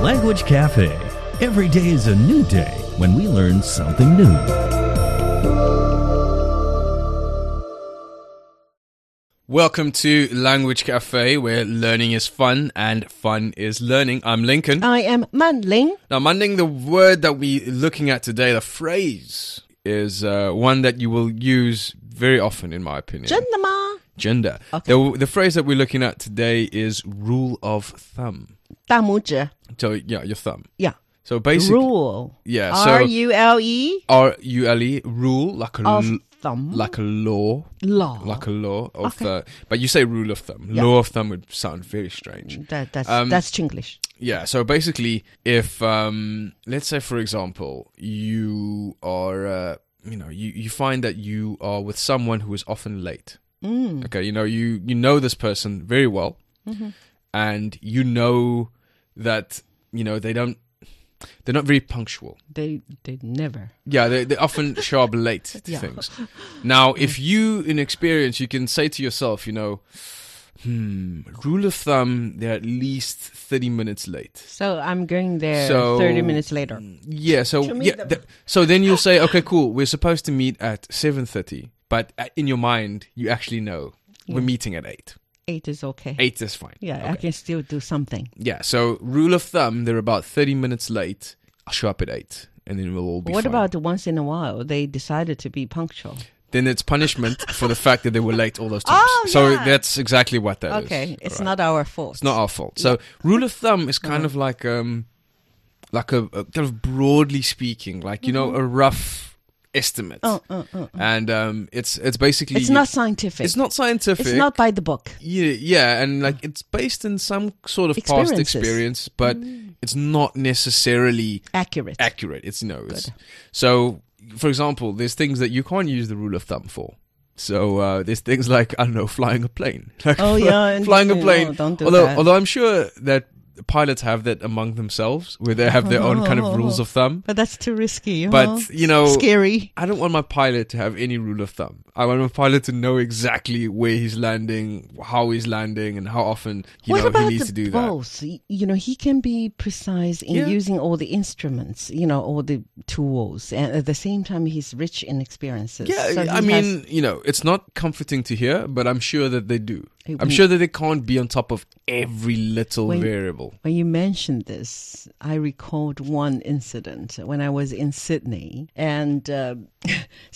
Language Cafe. Every day is a new day when we learn something new. Welcome to Language Cafe, where learning is fun and fun is learning. I'm Lincoln. I am Manling. Now, Manding, the word that we're looking at today, the phrase, is uh, one that you will use very often, in my opinion. Gentleman. Gender. Okay. The, the phrase that we're looking at today is rule of thumb. 大拇指. So, yeah, your thumb. Yeah. So basically, Rule. yeah. So R U L E R U L E rule like a of l- thumb. like a law, law. like a law of Okay. the. But you say rule of thumb. Yeah. Law of thumb would sound very strange. that, that's um, that's Chinglish. Yeah, so basically, if um, let's say, for example, you are, uh, you know, you, you find that you are with someone who is often late. Mm. Mm-hmm. Okay, you know, you you know this person very well, and you know that you know they don't, they're not very punctual. They they never. Yeah, they, they often show up late to Yeah. Mm. things. Now, if you, in experience, you can say to yourself, you know, hmm, rule of thumb, they're at least thirty minutes late. So I'm going there So- 30 minutes later. Yeah, so To meet yeah, them. th- so then you'll say, okay, cool. We're supposed to meet at seven thirty, but uh, in your mind, you actually know we're meeting at eight. 8 is okay. Eight is fine. Yeah, I Okay. can still do something. yeah. So rule of thumb, they're about thirty minutes late. I'll show up at eight, and then we'll all be. What fine. about once in a while they decided to be punctual? then? It's punishment for the fact that they were late all those times. Oh, so yeah. that's exactly what that is. okay, it's Alright. not Uh-huh. our fault. It's not our fault. So rule of thumb is kind of like um, like a, a kind of broadly speaking, like you know, a rough estimate. Mm-hmm. Oh, oh, oh. and um, it's it's basically It's not scientific. it's not scientific. It's not by the book. yeah, yeah, and like it's based in some sort of past Experiences. Mm. experience, but it's not necessarily Accurate. accurate. It's you know, it's so. For example, there's things that you can't use the rule of thumb for. So uh, there's things like I don't know, flying a plane. Like, Oh, yeah, and- flying a no, plane. don't do although, that. although I'm sure that pilots have that among themselves, where they have their own kind of rules of thumb. but that's too risky. huh? But you know, scary. I don't want my pilot to have any rule of thumb. I want my pilot to know exactly where he's landing, how he's landing, and how often you what know about he needs to the do bows? Y- You know, he can be precise in Yeah. using all the instruments, you know, all the tools, and at the same time, he's rich in experiences. that. Yeah, So I he has- mean, you know, it's not comforting to hear, but I'm sure that they do. Hey, I'm we- sure that they can't be on top of every little When- variable. when you mentioned this, I recalled one incident when I was in Sydney, and uh,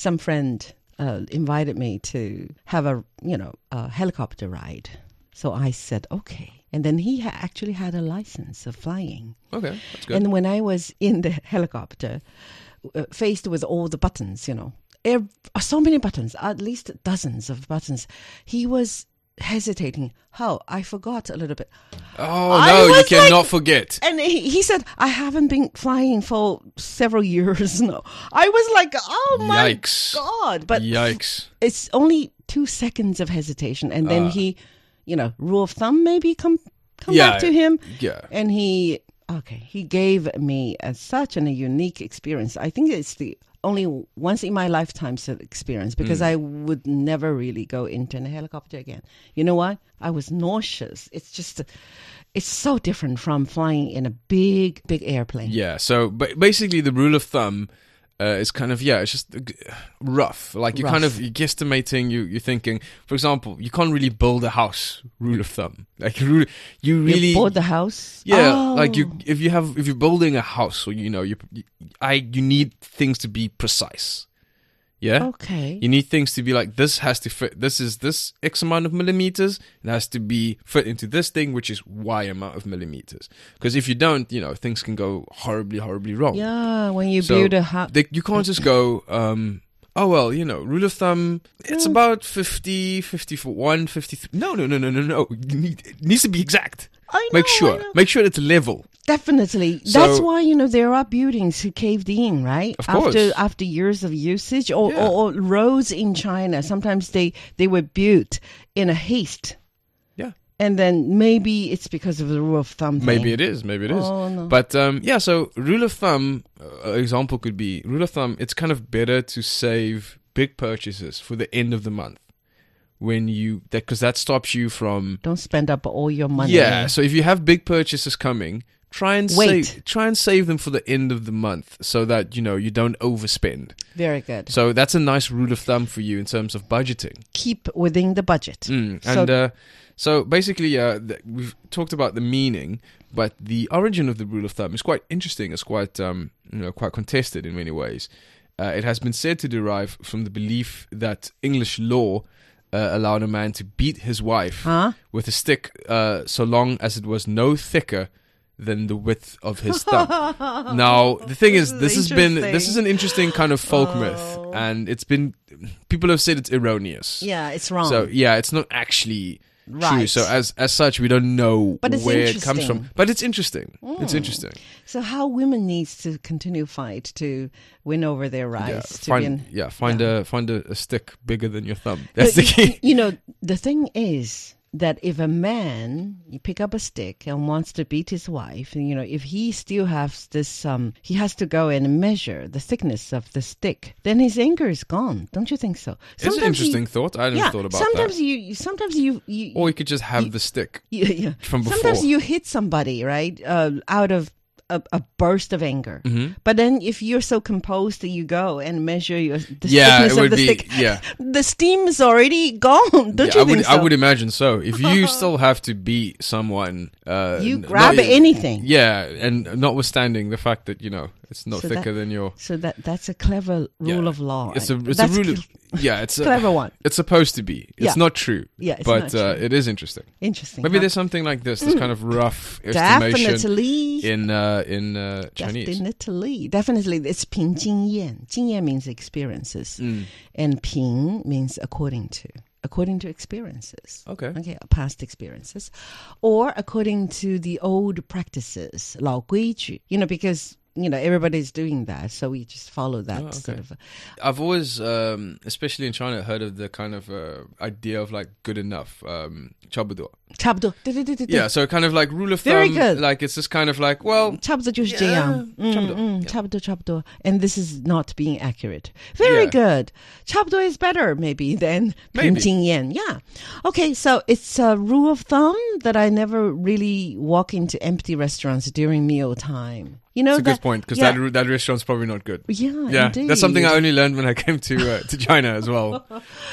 some friend uh, invited me to have a, you know, a helicopter ride. So I said okay, and then he ha- actually had a license of flying. Okay, that's good. And when I was in the helicopter, uh, faced with all the buttons, you know, ev- uh, so many buttons, at least dozens of buttons, he was hesitating. How? I forgot a little bit. oh I no, you was like- cannot forget. And he, he said, I haven't been flying for several years now. I was like, oh my Yikes. God. But Yikes. it's only two seconds of hesitation. And then he, you know, rule of thumb maybe come, come Uh. Yeah, back to him. yeah. And he, okay, he gave me a, such an, a unique experience. I think it's the only once in my lifetime sort of experience because Hmm. I would never really go into a helicopter again. You know what? I was nauseous. It's just, it's so different from flying in a big, big airplane. Yeah. So ba- basically, the rule of thumb uh, is kind of yeah, it's just uh, g- rough. Like you're kind Rough. of you're guesstimating. You you're thinking, for example, you can't really build a house. Rule of thumb. Like you really, you really You bought the house. yeah. Like Oh. you if you have if you're building a house or you know you you- I you need things to be precise. Oh, Yeah. Okay. You need things to be like this has to fit. This is this x amount of millimeters. It has to be fit into this thing, which is y amount of millimeters. Because if you don't, you know things can go horribly, horribly wrong. yeah, when you So build a house. They, you can't just go, um, oh, well, you know, rule of thumb, it's about 50, 51, 53. No, no, no, no, no, no. You need, it needs to be exact. I Make know, I sure. know. Make sure it's level. Definitely. So- That's why you know there are buildings who caved in, right? Of course. After after years of usage, or, Yeah. or, or roads in China, sometimes they they were built in a haste, Yeah. and then maybe it's because of the rule of thumb. Maybe it is. Maybe it is. Oh, no. But um, yeah, so rule of thumb uh, example could be rule of thumb. It's kind of better to save big purchases for the end of the month when you that because that stops you from Don't spend up all your money. yeah. So if you have big purchases coming, Try and Wait. save try and save them for the end of the month so that you know you don't overspend. Very good. So that's a nice rule of thumb for you in terms of budgeting. Keep within the budget. Mm, So- and uh, so basically, uh, th- we've talked about the meaning, but the origin of the rule of thumb is quite interesting. It's quite um, you know quite contested in many ways. Uh, it has been said to derive from the belief that English law uh, allowed a man to beat his wife Huh? with a stick uh, so long as it was no thicker than the width of his thumb. now, the thing This is, is this has been this interesting. is an interesting kind of folk Oh. myth, and it's been people have said it's erroneous. Yeah, it's wrong. So yeah, it's not actually true. Right. So as as such, we don't know But it's where it comes from. interesting. Hmm. But it's interesting. It's interesting. So how women needs to continue fight to win over their Yeah, rights to be find in- yeah, find a find a, a stick bigger than your thumb. But That's the you- key. You know, the thing is that if a man you pick up a stick and wants to beat his wife, and you know, if he still has this um he has to go and measure the thickness of the stick, then his anger is gone. Don't you think so? It's an Sometimes you- interesting thought. I hadn't yeah, thought about sometimes that. you you- sometimes you, you or you could just have the stick. you- yeah. From Sometimes before. you hit somebody, right, uh, out of a, a burst of anger. Mm-hmm. But then, if you're so composed that you go and measure your the Yeah, thickness it would of the be stick, yeah. the steam is already gone. Don't Yeah, you I think would so? I would imagine so. If you still have to beat someone, uh, you n- not- grab anything. Yeah, and notwithstanding the fact that you know it's not So that- thicker than your So that that's a clever rule Yeah. of law. It's a it's That's a rule. Of, cl- yeah, it's a clever one. It's supposed to be. It's Yeah. not true. Yeah, it's but not Uh, true. it is interesting. Interesting. Maybe there's something like this. This kind of rough estimation definitely in uh, in uh, Chinese. Definitely, definitely. It's 凭经验.经验 means experiences, Mm. and 凭 means according to, according to experiences. Okay. okay, past experiences, or according to the old practices, 老规矩. You know, because you know everybody's doing that, so we just follow Oh, that sort of. I've always, um, especially in China, heard of the kind of uh, idea of like good enough, um, 差不多.差不多.对，对，对，对，对。 Yeah, so kind of like rule of thumb. Very good. Like it's just kind of like well, 差不多就是这样。 Yeah, 差不多，嗯，嗯，差不多，差不多。And this is not being accurate. Very Yeah. good. 差不多 is better maybe than Maybe. 平均円. Yeah. Okay, so it's a rule of thumb that I never really walk into empty restaurants during meal time. You know that's a that, good point because yeah, that that that restaurant's probably not good. Yeah, Yeah, that's something indeed. I only learned when I came to uh, to China as well.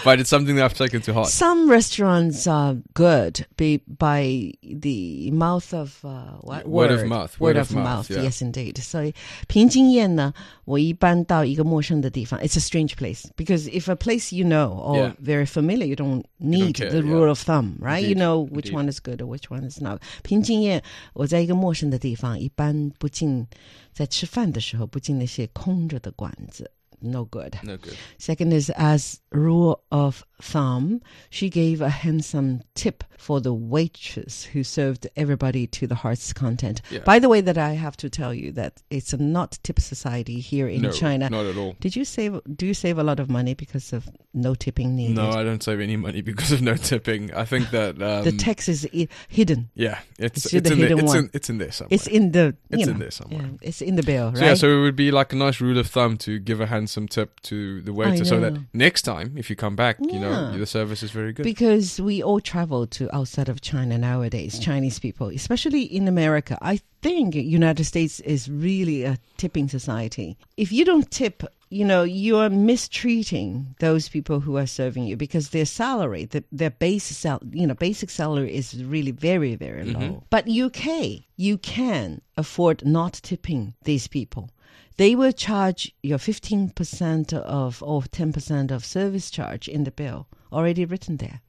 But it's something that I've taken to heart. Some restaurants are good be, by the mouth of uh, what Word of mouth, word, of, mouth. yeah. Yes, indeed. So, 凭经验呢，我一般到一个陌生的地方，it's a strange place because if a place you know or Yeah. very familiar, you don't need care, the yeah. rule of thumb, right? You Indeed, know which indeed. one is good or which one is not. 凭经验，我在一个陌生的地方，一般不进在吃饭的时候不进那些空着的馆子，no good。 No good. Second is as rule of thumb, she gave a handsome tip for the waitress who served everybody to the heart's content. Yeah. By the way, that I have to tell you that it's a not tip society here in no, China. Not at all. Did you save? Do you save a lot of money because of no tipping needed? No, I don't save any money because of no tipping. I think that um, the tax is i- hidden. yeah, it's It's it's, the in there. hidden It's one. in, it's in there somewhere. It's in the. You It's know, in there somewhere. yeah, it's in the bill, right? So yeah, so it would be like a nice rule of thumb to give a handsome tip to the waiter, so that know. next time if you come back, you know Yeah. the service is very good. Because we all travel to outside of China nowadays, Chinese people, especially in America. I think United States is really a tipping society. If you don't tip, you know, you are mistreating those people who are serving you because their salary, the, their base sal, you know, basic salary is really very, very Mm-hmm. low. But UK, you can afford not tipping these people they will charge your 15% of or 10% of service charge in the bill already written there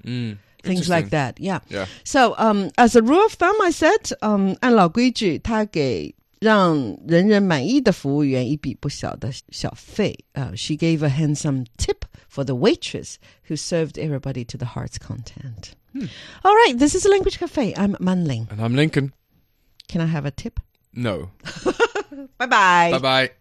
things like that yeah Mm, Yeah. so um as a rule of thumb i said um 按老规矩他给让人人满意的服务员一笔不小的小费。Uh, she gave a handsome tip for the waitress who served everybody to the heart's content. All right, this is Language Cafe. I'm Manling. and I'm Lincoln. Can I have a tip? No, Bye bye. bye bye.